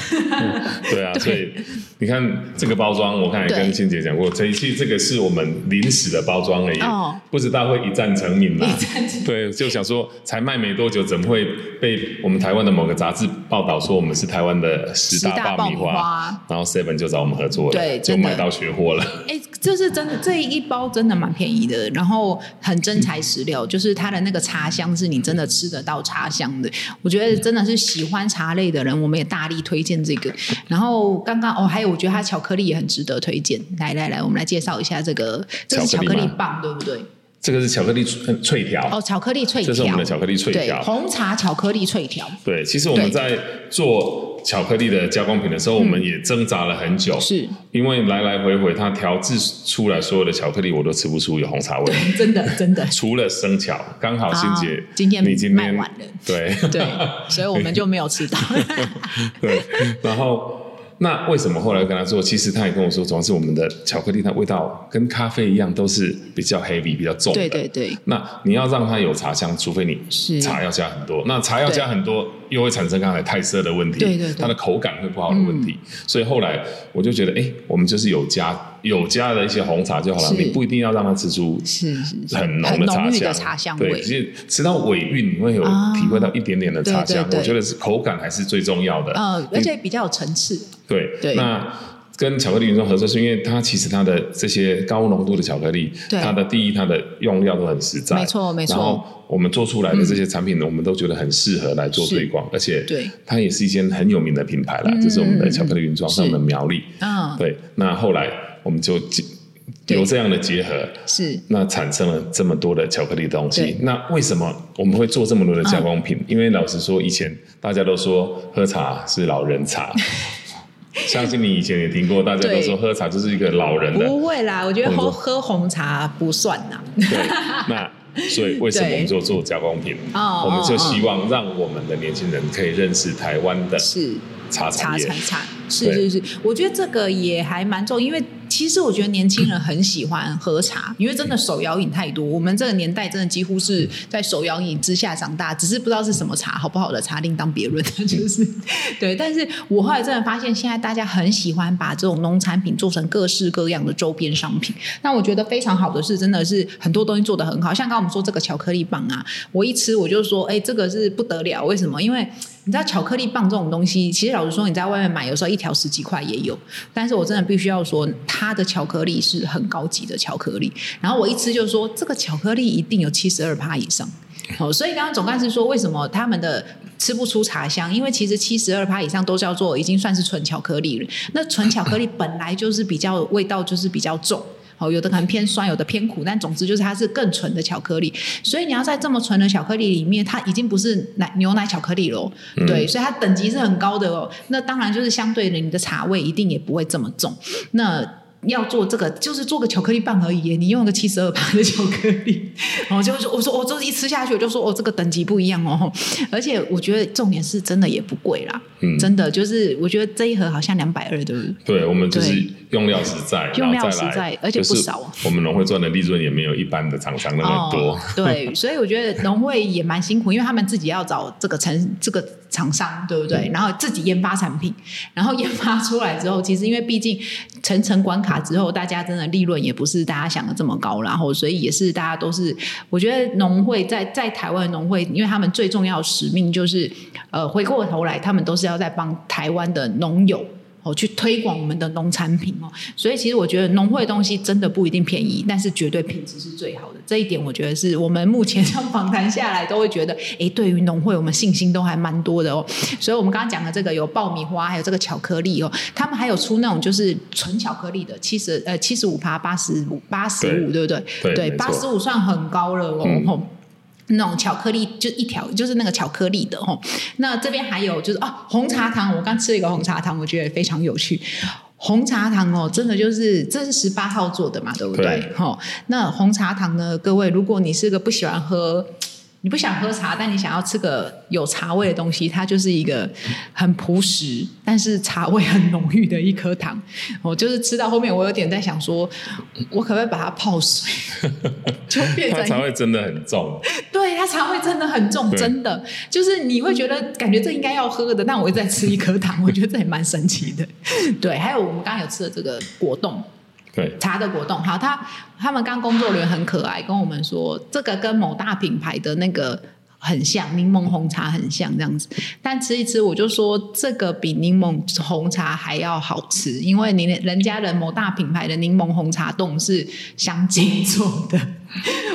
Speaker 2: 对
Speaker 1: [LAUGHS]
Speaker 2: 啊，
Speaker 1: 对
Speaker 2: 所以你看这个包装，我刚才
Speaker 1: 对
Speaker 2: 跟欣姐讲过，这一期这个是我们临时的包装而已，
Speaker 1: 哦
Speaker 2: 不知道会一战成名啦。
Speaker 1: 一战成
Speaker 2: 对，就想说才卖没多久，怎么会被我们台湾的某个杂志报道说我们是台湾的十
Speaker 1: 十
Speaker 2: 大
Speaker 1: 大
Speaker 2: 爆米
Speaker 1: 爆米花
Speaker 2: 然后 Seven 就找我们合作了，
Speaker 1: 对
Speaker 2: 就
Speaker 1: 真的
Speaker 2: 买到缺货了。
Speaker 1: 哎、这是真的，这一包真的蛮便宜的，然后很真材实料，就是它的那个茶香是你真的吃得到茶香的。我觉得真的是喜欢茶类的人，我们也大力推荐这个。然后刚刚哦，还有我觉得它巧克力也很值得推荐。来来来，我们来介绍一下这个，这是巧
Speaker 2: 巧
Speaker 1: 克
Speaker 2: 克力吗
Speaker 1: 力棒，对不对？
Speaker 2: 这个是巧克力脆脆条，
Speaker 1: 哦，巧克力脆条，
Speaker 2: 这是我们的巧克力脆条
Speaker 1: 对，
Speaker 2: 哦
Speaker 1: 红茶巧克力脆条，
Speaker 2: 对，其实我们
Speaker 1: 对
Speaker 2: 在做巧克力的加工品的时候，我们也挣扎了很久，
Speaker 1: 是
Speaker 2: 因为来来回回，它调制出来所有的巧克力，我都吃不出有红茶味，
Speaker 1: 真的真的，
Speaker 2: 除了生巧。刚好欣姐、
Speaker 1: 啊今天
Speaker 2: 你今天
Speaker 1: 卖完了
Speaker 2: 对 [LAUGHS]
Speaker 1: 对，所以我们就没有吃到。 [LAUGHS]
Speaker 2: 对，然后。那为什么后来跟他做？其实他也跟我说，主要是我们的巧克力，它味道跟咖啡一样，都是比较 heavy、比较重的。
Speaker 1: 对对对，
Speaker 2: 那你要让它有茶香，除非
Speaker 1: 是
Speaker 2: 你茶要加很多。那茶要加很多，又会产生刚才太涩的问题，
Speaker 1: 对对对嗯
Speaker 2: 它的口感会不好的问题。所以后来我就觉得，哎，我们就是有加有加了一些红茶就好了，
Speaker 1: 是
Speaker 2: 你不一定要让它吃出
Speaker 1: 是是是
Speaker 2: 很浓
Speaker 1: 很
Speaker 2: 的
Speaker 1: 浓
Speaker 2: 茶
Speaker 1: 郁
Speaker 2: 香，
Speaker 1: 的茶香味
Speaker 2: 对，其实吃到尾韵，你会有
Speaker 1: 啊
Speaker 2: 体会到一点点的茶
Speaker 1: 对对
Speaker 2: 香。
Speaker 1: 对
Speaker 2: 我觉得是口感还是最重要的。
Speaker 1: 嗯，而且比较有层次。
Speaker 2: 对，
Speaker 1: 对
Speaker 2: 那跟巧克力原装合作，是因为它其实它的这些高浓度的巧克力，
Speaker 1: 对
Speaker 2: 它的第一它的用料都很实在，
Speaker 1: 没错没错
Speaker 2: 然后我们做出来的这些产品，呢，我们都觉得很适合来做
Speaker 1: 是
Speaker 2: 推广，而且
Speaker 1: 嗯对
Speaker 2: 它也是一间很有名的品牌啦，
Speaker 1: 嗯
Speaker 2: 就是我们的巧克力原装，
Speaker 1: 是
Speaker 2: 在我们苗栗。
Speaker 1: 嗯，
Speaker 2: 对，那后来我们就结
Speaker 1: 对
Speaker 2: 有这样的结合，
Speaker 1: 是
Speaker 2: 那产生了这么多的巧克力东
Speaker 1: 对嗯
Speaker 2: 西。那为什么我们会做这么多的加工品？因为老实说，以前大家都说喝茶是老
Speaker 1: [LAUGHS]
Speaker 2: 人茶，相信你以前也听过，大家都
Speaker 1: 对
Speaker 2: 说喝茶就是一个老人的。
Speaker 1: 不会啦，我觉得
Speaker 2: 我
Speaker 1: 喝
Speaker 2: 说
Speaker 1: 喝红茶不算呐。
Speaker 2: 对，那所以为什么
Speaker 1: 对
Speaker 2: 我们就做加工品？
Speaker 1: 哦
Speaker 2: 我们就
Speaker 1: 哦
Speaker 2: 希望让我们的年轻人可以认识台湾的
Speaker 1: 是
Speaker 2: 茶
Speaker 1: 茶
Speaker 2: 产业
Speaker 1: 产。产，是是是，我觉得这个也还蛮重，因为其实我觉得年轻人很喜欢喝茶，因为真的手摇饮太多，我们这个年代真的几乎是在手摇饮之下长大，只是不知道是什么茶，好不好的茶另当别论， [LAUGHS] 就是对。但是我后来真的发现，现在大家很喜欢把这种农产品做成各式各样的周边商品，那我觉得非常好的是，真的是很多东西做得很好，像刚刚我们说这个巧克力棒啊，我一吃我就说，哎、这个是不得了，为什么？因为你知道巧克力棒这种东西，其实老实说，你在外面买有时候一条十几块也有，但是我真的必须要说，它的巧克力是很高级的巧克力。然后我一吃就说，这个巧克力一定有七十二趴以上。哦，所以刚刚总干事说，为什么他们的吃不出茶香？因为其实七十二趴以上都叫做已经算是纯巧克力了。那纯巧克力本来就是比较味道就是比较重。哦，有的可能偏酸，有的偏苦，但总之就是它是更纯的巧克力。所以你要在这么纯的巧克力里面，它已经不是奶牛奶巧克力了哦、对，所以它等级是很高的哦。那当然就是相对的，你的茶味一定也不会这么重。那要做这个，就是做个巧克力棒而已耶。你用个七十二帕的巧克力，然后就说，我说我就是一吃下去，我就说哦，这个等级不一样哦。而且我觉得重点是真的也不贵啦，
Speaker 2: 嗯
Speaker 1: 真的就是我觉得这一盒好像两百二，对不对？
Speaker 2: 对，我们就是
Speaker 1: 对
Speaker 2: 用料实在，
Speaker 1: 用
Speaker 2: 然后
Speaker 1: 料
Speaker 2: 再来
Speaker 1: 实在而且不
Speaker 2: 就是
Speaker 1: 少啊
Speaker 2: 我们农会赚的利润也没有一般的厂商那么多
Speaker 1: 哦。对，所以我觉得农会也蛮辛苦，因为他们自己要找这个成这个厂商，对不
Speaker 2: 嗯
Speaker 1: 对？然后自己研发产品，然后研发出来之后，其实因为毕竟层层关卡之后，大家真的利润也不是大家想的这么高，然后所以也是大家都是，我觉得农会在在台湾的农会，因为他们最重要的使命就是，呃，回过头来他们都是要在帮台湾的农友。哦，去推广我们的农产品哦，所以其实我觉得农会的东西真的不一定便宜，但是绝对品质是最好的。这一点我觉得是我们目前这样访谈下来都会觉得，诶，对于农会我们信心都还蛮多的
Speaker 2: [LAUGHS]
Speaker 1: 哦。所以我们刚刚讲的这个有爆米花，还有这个巧克力哦，他们还有出那种就是纯巧克力的，七十呃七十五趴、八十五、八十五，对不对？
Speaker 2: 对没
Speaker 1: 八
Speaker 2: 错
Speaker 1: 十五算很高了哦。
Speaker 2: 嗯
Speaker 1: 吼那种巧克力就一条，就是那个巧克力的吼。那这边还有就是哦，红茶糖，我刚吃了一个红茶糖，我觉得非常有趣。红茶糖哦，真的就是这是十八号做的嘛，对不对
Speaker 2: 对？
Speaker 1: 哦，那红茶糖呢，各位，如果你是个不喜欢喝。你不想喝茶，但你想要吃个有茶味的东西，它就是一个很朴实，但是茶味很浓郁的一颗糖。我就是吃到后面，我有点在想说，我可不可以把它泡水，就变
Speaker 2: [LAUGHS] 它
Speaker 1: 成
Speaker 2: 才会真的很重，
Speaker 1: 对，它茶味真的很重，
Speaker 2: 对
Speaker 1: 真的就是你会觉得感觉这应该要喝的，但我一直在吃一颗糖，我 [LAUGHS] 觉得这也蛮神奇的。对，还有我们刚刚有吃的这个果冻，
Speaker 2: 对，
Speaker 1: 茶的果冻，好，他他们刚工作人员很可爱，跟我们说这个跟某大品牌的那个。很像柠檬红茶，很像这样子，但吃一吃我就说这个比柠檬红茶还要好吃，因为你人家的某大品牌的柠檬红茶冻是香精 [LAUGHS] 做的，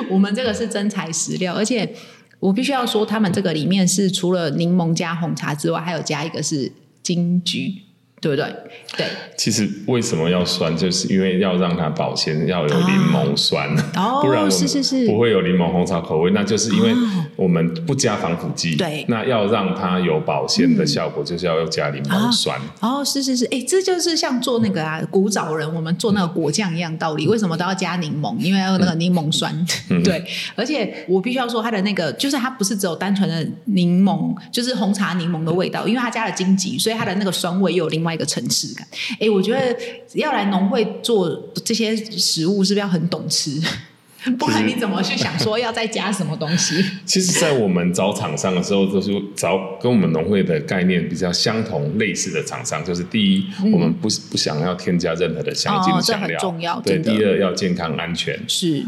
Speaker 1: 我们这个是真材实料，而且我必须要说，他们这个里面是除了柠檬加红茶之外，还有加一个是金桔，对不对？对，
Speaker 2: 其实为什么要酸，就是因为要让它保鲜，要有柠檬酸，
Speaker 1: 哦
Speaker 2: [LAUGHS] 不然我们
Speaker 1: 是是是
Speaker 2: 不会有柠檬红茶口味。那就是因为我们不加防腐剂，
Speaker 1: 对
Speaker 2: 那要让它有保鲜的效果，就是要加柠檬酸。
Speaker 1: 哦，是是是，哎，这就是像做那个啊，古早人我们做那个果酱一样道
Speaker 2: 嗯
Speaker 1: 理，为什么都要加柠檬？因为要有那个柠檬酸， [LAUGHS] 对。而且我必须要说，它的那个就是它不是只有单纯的柠檬，就是红茶柠檬的味道，因为它加了荆棘，所以它的那个酸味又有另外一个层次感。哎，我觉得要来农会做这些食物，是不是要很懂吃？ [LAUGHS] 不然你怎么去想说要再加什么东
Speaker 2: [LAUGHS]
Speaker 1: 西？
Speaker 2: 其实，在我们找厂商的时候，都是找跟我们农会的概念比较相同、类似的厂商。就是第一，我们不不想要添加任何的香
Speaker 1: 嗯
Speaker 2: 精
Speaker 1: 哦这
Speaker 2: 香料，
Speaker 1: 很重要
Speaker 2: 对，
Speaker 1: 真的
Speaker 2: 第二要健康安全。
Speaker 1: 是，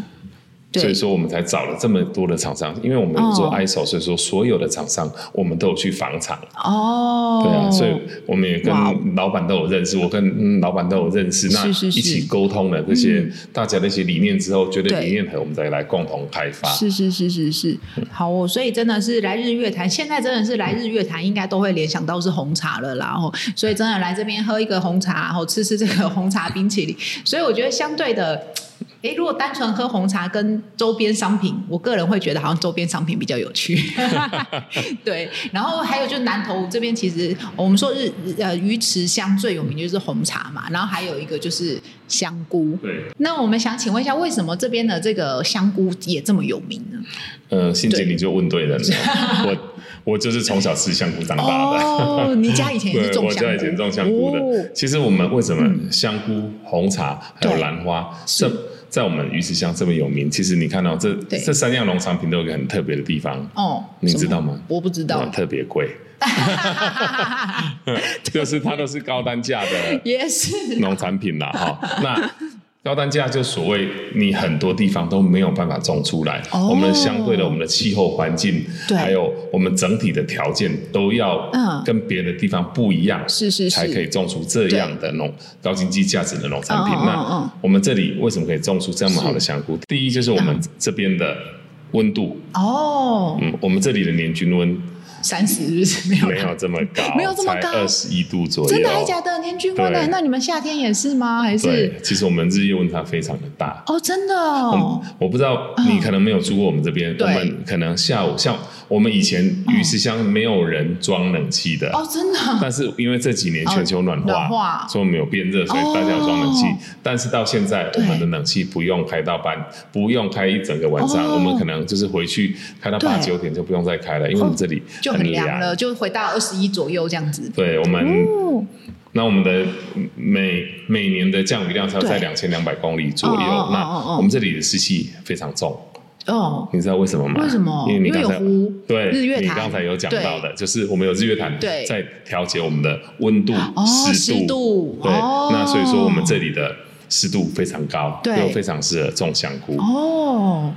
Speaker 2: 所以
Speaker 1: 对，
Speaker 2: 说我们才找了这么多的厂商，因为我们有做
Speaker 1: 哦
Speaker 2: ISO，、所以说所有的厂商我们都有去访厂，
Speaker 1: 哦，
Speaker 2: 对啊，所以我们也跟
Speaker 1: 哇哦
Speaker 2: 老板都有认识，我跟、嗯、老板都有认识，那
Speaker 1: 是是是
Speaker 2: 一起沟通了这些、大家的一些理念之后，觉得
Speaker 1: 对
Speaker 2: 理念合，我们再来共同开发。
Speaker 1: 是是是是是，好哦，所以真的是来日月潭，现在真的是来日月潭，应该都会联想到是红茶了啦。哦，所以真的来这边喝一个红茶，然后吃吃这个红茶冰淇淋，所以我觉得相对的。诶，如果单纯喝红茶跟周边商品，我个人会觉得好像周边商品比较有趣。对，然后还有就是南投这边，其实我们说日呃鱼池乡最有名就是红茶嘛，然后还有一个就是香菇。
Speaker 2: 对，
Speaker 1: 那我们想请问一下，为什么这边的这个香菇也这么有名呢？
Speaker 2: 呃，欣姐
Speaker 1: 对
Speaker 2: 你就问对人了，
Speaker 1: [LAUGHS]
Speaker 2: 我我就是从小吃香菇长大的。
Speaker 1: 哦，你家以前也是
Speaker 2: 对，
Speaker 1: 种
Speaker 2: 我
Speaker 1: 香菇，
Speaker 2: 家以前种香菇的。
Speaker 1: 哦嗯
Speaker 2: 其实我们为什么香菇、红茶还有
Speaker 1: 对
Speaker 2: 兰花这在我们鱼池乡这么有名？其实你看到、这
Speaker 1: 对
Speaker 2: 这三样农产品都有一个很特别的地方，
Speaker 1: 哦，
Speaker 2: 你
Speaker 1: 什么
Speaker 2: 知道吗？
Speaker 1: 我不知道
Speaker 2: 呃，特别贵，就是它都是高单价
Speaker 1: [LAUGHS]
Speaker 2: 的
Speaker 1: [LAUGHS] 也是
Speaker 2: 农产品啦，哈。那高单价就所谓你很多地方都没有办法种出来，
Speaker 1: 哦
Speaker 2: 我们相对的我们的气候环境，
Speaker 1: 对
Speaker 2: 还有我们整体的条件都要
Speaker 1: 嗯
Speaker 2: 跟别的地方不一样，
Speaker 1: 是是是
Speaker 2: 才可以种出这样的农高经济价值的农产品。
Speaker 1: 嗯嗯嗯嗯
Speaker 2: 那我们这里为什么可以种出这么好的香菇？第一就是我们这边的温度，
Speaker 1: 哦，
Speaker 2: 嗯，我们这里的年均温
Speaker 1: 三十是不是没有啦
Speaker 2: 没有这么高，
Speaker 1: [LAUGHS] 没有这么高
Speaker 2: 才二十一度左右。
Speaker 1: 真的还假的？年均温呢？
Speaker 2: 对
Speaker 1: 那你们夏天也是吗？还
Speaker 2: 对
Speaker 1: 是，
Speaker 2: 其实我们日夜温差非常的大。
Speaker 1: 哦，真的哦，
Speaker 2: 我不知道
Speaker 1: 嗯
Speaker 2: 你可能没有住过我们这边，
Speaker 1: 对嗯
Speaker 2: 我们可能下午像我们以前鱼池乡没有人装冷气的，
Speaker 1: 哦，真的
Speaker 2: [LAUGHS] 但是因为这几年全球暖
Speaker 1: 哦暖化
Speaker 2: 所以我们有变热，所以大家有装冷气。
Speaker 1: 哦
Speaker 2: 但是到现在，我
Speaker 1: 对
Speaker 2: 们的冷气不用开到半，不用开一整个晚上，
Speaker 1: 哦
Speaker 2: 我们可能就是回去开到
Speaker 1: 对
Speaker 2: 八九点就不用再开了，因为我们这里
Speaker 1: 哦就很
Speaker 2: 凉。
Speaker 1: 凉了，就回到二十一左右这样子。
Speaker 2: 对我们，
Speaker 1: 哦，
Speaker 2: 那我们的每每年的降雨量差不多在
Speaker 1: 对
Speaker 2: 两千两百公里左右。
Speaker 1: 哦哦哦哦
Speaker 2: 那
Speaker 1: 哦
Speaker 2: 我们这里的湿气非常重，
Speaker 1: 哦，
Speaker 2: 你知道为什么吗？
Speaker 1: 为什么？
Speaker 2: 因为你
Speaker 1: 因为
Speaker 2: 刚
Speaker 1: 有
Speaker 2: 才
Speaker 1: 湖，
Speaker 2: 对
Speaker 1: 日月潭
Speaker 2: 你刚才有讲到的，就是我们有日月潭
Speaker 1: 对
Speaker 2: 在调节我们的温度、
Speaker 1: 哦，
Speaker 2: 湿
Speaker 1: 湿度，
Speaker 2: 对，
Speaker 1: 哦
Speaker 2: 那所以说我们这里的湿度非常高，
Speaker 1: 对
Speaker 2: 又非常适合种香菇。
Speaker 1: 哦，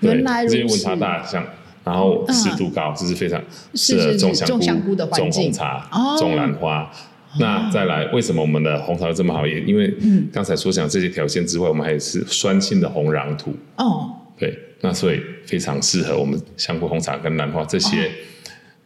Speaker 2: 对，
Speaker 1: 原来如
Speaker 2: 这
Speaker 1: 此，嗯
Speaker 2: 些温差大像。然后湿度高，这是非常适合
Speaker 1: 是是
Speaker 2: 种香菇、
Speaker 1: 种香菇的环
Speaker 2: 种红
Speaker 1: 境
Speaker 2: 茶、
Speaker 1: 哦
Speaker 2: 种兰花。那再来，为什么我们的红茶会这么好？也因为
Speaker 1: 嗯
Speaker 2: 刚才所讲这些条件之外，我们还是酸性的红壤土，
Speaker 1: 哦，
Speaker 2: 对，那所以非常适合我们香菇、红茶跟兰花这些、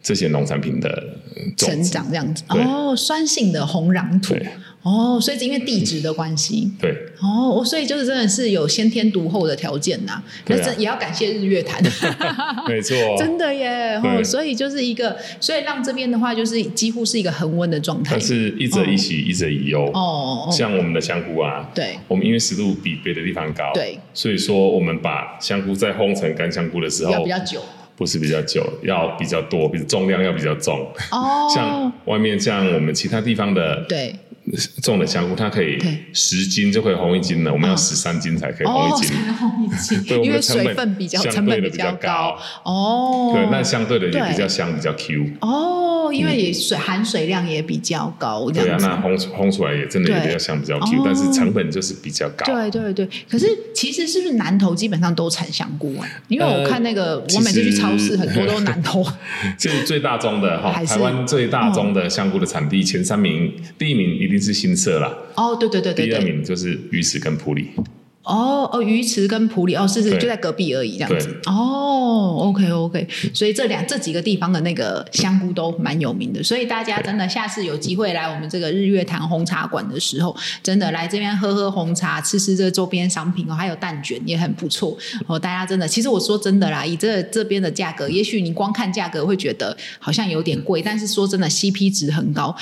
Speaker 2: 这些农产品的呃种
Speaker 1: 哦成
Speaker 2: 植。
Speaker 1: 长这样子，
Speaker 2: 对
Speaker 1: 哦，酸性的红壤土
Speaker 2: 对，
Speaker 1: 哦，所以是因为地质的关系。
Speaker 2: 对，
Speaker 1: 哦，我所以就是真的是有先天独厚的条件呐、
Speaker 2: 对啊
Speaker 1: 那这也要感谢日月
Speaker 2: [LAUGHS]
Speaker 1: 潭，哦
Speaker 2: 没错，
Speaker 1: 真的耶，
Speaker 2: 对
Speaker 1: 哦，所以就是一个，所以让这边的话就是几乎是一个恒温的状态
Speaker 2: 但。是一者一喜，一者一忧。
Speaker 1: 哦哦，哦
Speaker 2: 像我们的香菇啊，
Speaker 1: 对
Speaker 2: 我们因为湿度比别的地方高，
Speaker 1: 对，
Speaker 2: 所以说我们把香菇在烘成干香菇的时
Speaker 1: 要
Speaker 2: 候
Speaker 1: 比，较久
Speaker 2: 不是比较久，要比较多，比重量要比较重。
Speaker 1: 哦，
Speaker 2: 像外面像我们其他地方的
Speaker 1: 对
Speaker 2: 种的香菇，它可以
Speaker 1: 对
Speaker 2: 十斤就可以烘一斤了，我们要
Speaker 1: 嗯
Speaker 2: 十三斤才可以
Speaker 1: 哦
Speaker 2: 烘一斤。
Speaker 1: 才烘一斤
Speaker 2: [LAUGHS] 对我
Speaker 1: 因为
Speaker 2: 们的成
Speaker 1: 水
Speaker 2: 本
Speaker 1: 分比较
Speaker 2: 相
Speaker 1: 成
Speaker 2: 对
Speaker 1: 本
Speaker 2: 的比较
Speaker 1: 较哦，
Speaker 2: 对，那相对的也
Speaker 1: 对
Speaker 2: 比较香，比较 Q。
Speaker 1: 哦，因为也水含水量也比较高，这
Speaker 2: 对啊，
Speaker 1: 样子。
Speaker 2: 那烘烘出来也真的也
Speaker 1: 对
Speaker 2: 比较香，比较
Speaker 1: 哦
Speaker 2: Q，但是成本就是比较高。
Speaker 1: 对对对，可是其实是不是南投基本上都产香菇啊？因为我看那个，
Speaker 2: 呃其
Speaker 1: 我每次去
Speaker 2: 实
Speaker 1: 超市很多都是南投 [LAUGHS]
Speaker 2: 就是最大宗的哈，
Speaker 1: 还是
Speaker 2: 台湾最大宗的香菇的产地前三名，第一名一定是新社啦，
Speaker 1: 哦，对对对对
Speaker 2: 第二
Speaker 1: 对，
Speaker 2: 名就是鱼池跟普里。
Speaker 1: 哦哦，鱼池跟埔里哦，是是，
Speaker 2: 对
Speaker 1: 就在隔壁而已这样子
Speaker 2: 对。
Speaker 1: 哦，OK OK，所以这两这几个地方的那个香菇都蛮有名的，所以大家真的下次有机会来我们这个日月潭红茶馆的时候，真的来这边喝喝红茶，吃吃这周边商品哦，还有蛋卷也很不错哦。大家真的，其实我说真的啦，以这这边的价格，也许你光看价格会觉得好像有点贵，但是说真的，CP 值很高。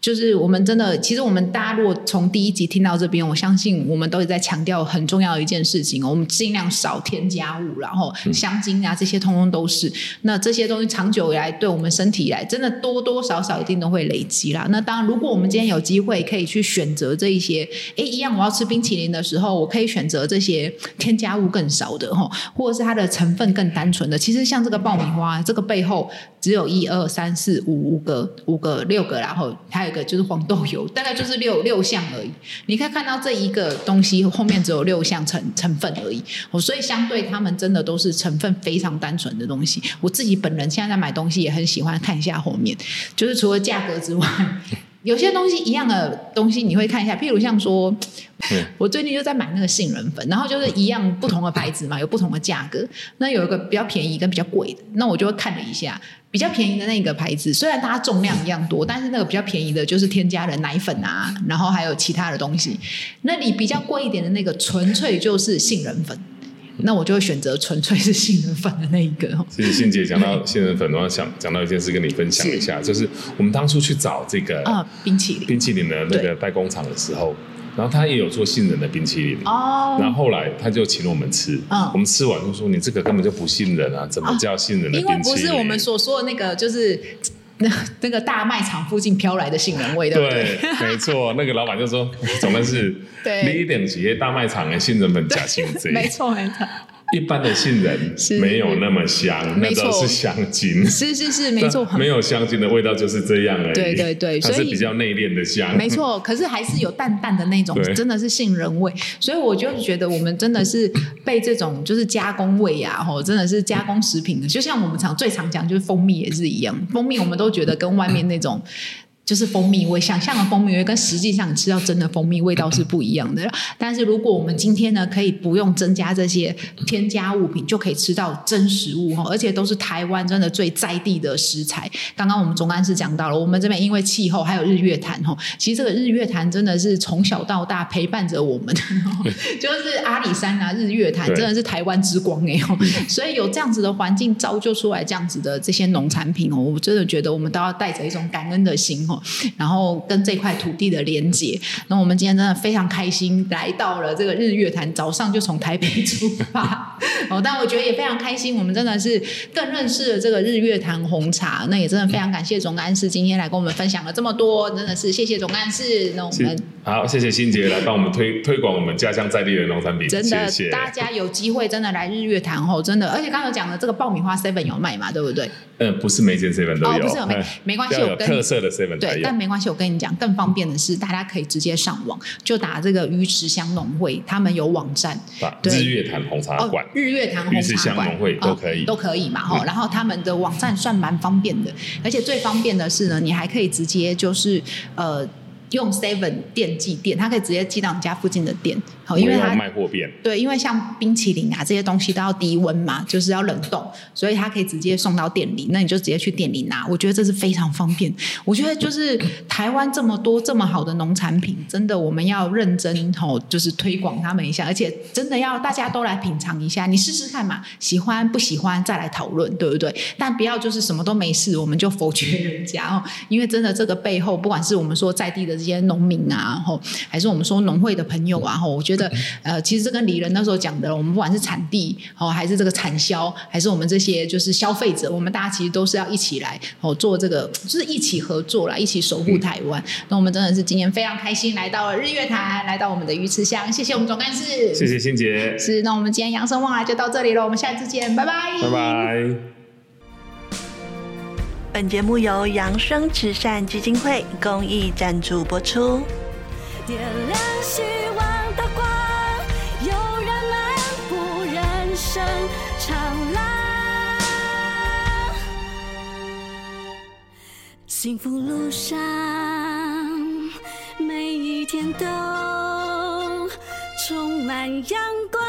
Speaker 1: 就是我们真的，其实我们大家如果从第一集听到这边，我相信我们都是在强调很重要的一件事情，哦我们尽量少添加物，然后香精啊这些通通都是。那这些东西长久以来对我们身体以来，真的多多少少一定都会累积啦。那当然，如果我们今天有机会可以去选择这一些，诶，一样我要吃冰淇淋的时候，我可以选择这些添加物更少的哈，或者是它的成分更单纯的。其实像这个爆米花，这个背后只有一二三四五五个五个六个，然后还有一个就是黄豆油，大概就是六六项而已。你可以看到这一个东西后面只有六项成成分而已，哦，所以相对他们真的都是成分非常单纯的东西。我自己本人现在在买东西也很喜欢看一下后面，就是除了价格之外， [LAUGHS] 有些东西一样的东西你会看一下，譬如像说
Speaker 2: 嗯，
Speaker 1: 我最近就在买那个杏仁粉，然后就是一样不同的牌子嘛，有不同的价格。那有一个比较便宜跟比较贵的，那我就会看了一下。比较便宜的那个牌子，虽然它重量一样多，但是那个比较便宜的就是添加了奶粉啊，然后还有其他的东西。那里比较贵一点的那个，纯粹就是杏仁粉，那我就会选择纯粹是杏仁粉的那一个哦。
Speaker 2: 其实欣姐讲到 [LAUGHS] 杏仁粉的话，想讲到一件事跟你分享一下，就是我们当初去找这个
Speaker 1: 啊，冰淇淋
Speaker 2: 冰淇淋的那个代工厂的时候，然后他也有做杏仁的冰淇淋。
Speaker 1: 哦，
Speaker 2: 然后后来他就请我们吃，
Speaker 1: 嗯
Speaker 2: 我们吃完就说你这个根本就不杏仁啊，怎么叫杏仁的
Speaker 1: 因为
Speaker 2: 冰淇淋？
Speaker 1: 不是我们所说的那个，就是那那个大卖场附近飘来的杏仁味，对不对？
Speaker 2: 对，没错，那个老板就
Speaker 1: [LAUGHS]
Speaker 2: 说，总的是
Speaker 1: 对
Speaker 2: 你一点企业大卖场的杏仁粉假杏贼，
Speaker 1: [LAUGHS] 没错，没错，
Speaker 2: 一般的杏仁
Speaker 1: 是
Speaker 2: 没有那么香，那
Speaker 1: 没错
Speaker 2: 都是香精。
Speaker 1: 是是是， [LAUGHS] 没错，
Speaker 2: 但 [LAUGHS] 没有香精的味道就是这样而已。
Speaker 1: 对对对
Speaker 2: 它是
Speaker 1: 所以
Speaker 2: 比较内敛的香。
Speaker 1: 没错，可是还是有淡淡的那种
Speaker 2: 对，
Speaker 1: 真的是杏仁味。所以我就觉得我们真的是被这种就是加工味呀、啊，吼，真的是加工食品的，就像我们常最常讲就是蜂蜜也是一样，蜂蜜我们都觉得跟外面那种。就是蜂蜜味，想象的蜂蜜味跟实际上你吃到真的蜂蜜味道是不一样的。但是如果我们今天呢，可以不用增加这些添加物品，就可以吃到真食物哈，而且都是台湾真的最在地的食材。刚刚我们总干事讲到了，我们这边因为气候还有日月潭哈，其实这个日月潭真的是从小到大陪伴着我们， [LAUGHS] 就是阿里山啊、日月潭
Speaker 2: 对
Speaker 1: 真的是台湾之光哎、哦，所以有这样子的环境造就出来这样子的这些农产品哦，我真的觉得我们都要带着一种感恩的心哦，然后跟这块土地的连接。那我们今天真的非常开心来到了这个日月潭，早上就从台北出发 [LAUGHS] 哦，但我觉得也非常开心，我们真的是更认识了这个日月潭红茶。那也真的非常感谢总干事今天来跟我们分享了这么多，真的是谢谢总干事。那我
Speaker 2: 谢
Speaker 1: 们
Speaker 2: 好，谢谢欣杰来帮我们推推广我们家乡在地的农产品，
Speaker 1: 真的，
Speaker 2: 谢谢。
Speaker 1: 大家有机会真的来日月潭吼，真的，而且刚刚有讲的这个爆米花 seven 有卖嘛，对不对？
Speaker 2: 嗯，不是每间 seven 都
Speaker 1: 哦
Speaker 2: 有，
Speaker 1: 不是有没
Speaker 2: 哎
Speaker 1: 没关系
Speaker 2: 要
Speaker 1: 我
Speaker 2: 有
Speaker 1: 跟
Speaker 2: 特色的 seven 才
Speaker 1: 对，
Speaker 2: 有
Speaker 1: 但。没关系，我跟你讲，更方便的是，大家可以直接上网，就打这个鱼池乡农会，他们有网站，
Speaker 2: 把
Speaker 1: 对
Speaker 2: 日月潭红茶
Speaker 1: 哦
Speaker 2: 馆，，
Speaker 1: 日月潭
Speaker 2: 鱼
Speaker 1: 红
Speaker 2: 池
Speaker 1: 茶
Speaker 2: 乡
Speaker 1: 馆
Speaker 2: 农会
Speaker 1: 哦
Speaker 2: 都可以
Speaker 1: 都可以嘛哈、
Speaker 2: 嗯
Speaker 1: 然后他们的网站算蛮方便的，而且最方便的是呢，你还可以直接就是呃。用 Seven 店寄店，它可以直接寄到你家附近的店，好，哦因为
Speaker 2: 我
Speaker 1: 它
Speaker 2: 要卖货变，
Speaker 1: 对，因为像冰淇淋啊这些东西都要低温嘛，就是要冷冻，所以它可以直接送到店里，那你就直接去店里拿。我觉得这是非常方便。我觉得就是台湾这么多这么好的农产品，真的我们要认真吼、就是推广他们一下，而且真的要大家都来品尝一下，你试试看嘛，喜欢不喜欢再来讨论，对不对？但不要就是什么都没事，我们就否决人家哦， [LAUGHS] 因为真的这个背后，不管是我们说在地的这些农民啊，吼，还是我们说农会的朋友啊，吼，我觉得
Speaker 2: 嗯
Speaker 1: 呃，其实这跟李仁那时候讲的，我们不管是产地哦，还是这个产销，还是我们这些就是消费者，我们大家其实都是要一起来哦做这个，就是一起合作啦，一起守护台
Speaker 2: 嗯
Speaker 1: 湾。那我们真的是今天非常开心来到了日月潭，来到我们的鱼池乡，谢谢我们总干事，
Speaker 2: 谢。谢欣杰，
Speaker 1: 是，那我们今天扬声望来就到这里了，我们下次见，拜拜，
Speaker 2: 拜拜。
Speaker 3: 本节目由扬生慈善基金会公益赞助播出。
Speaker 4: 点亮希望的光，有人漫步人生长廊，幸福路上每一天都充满阳光。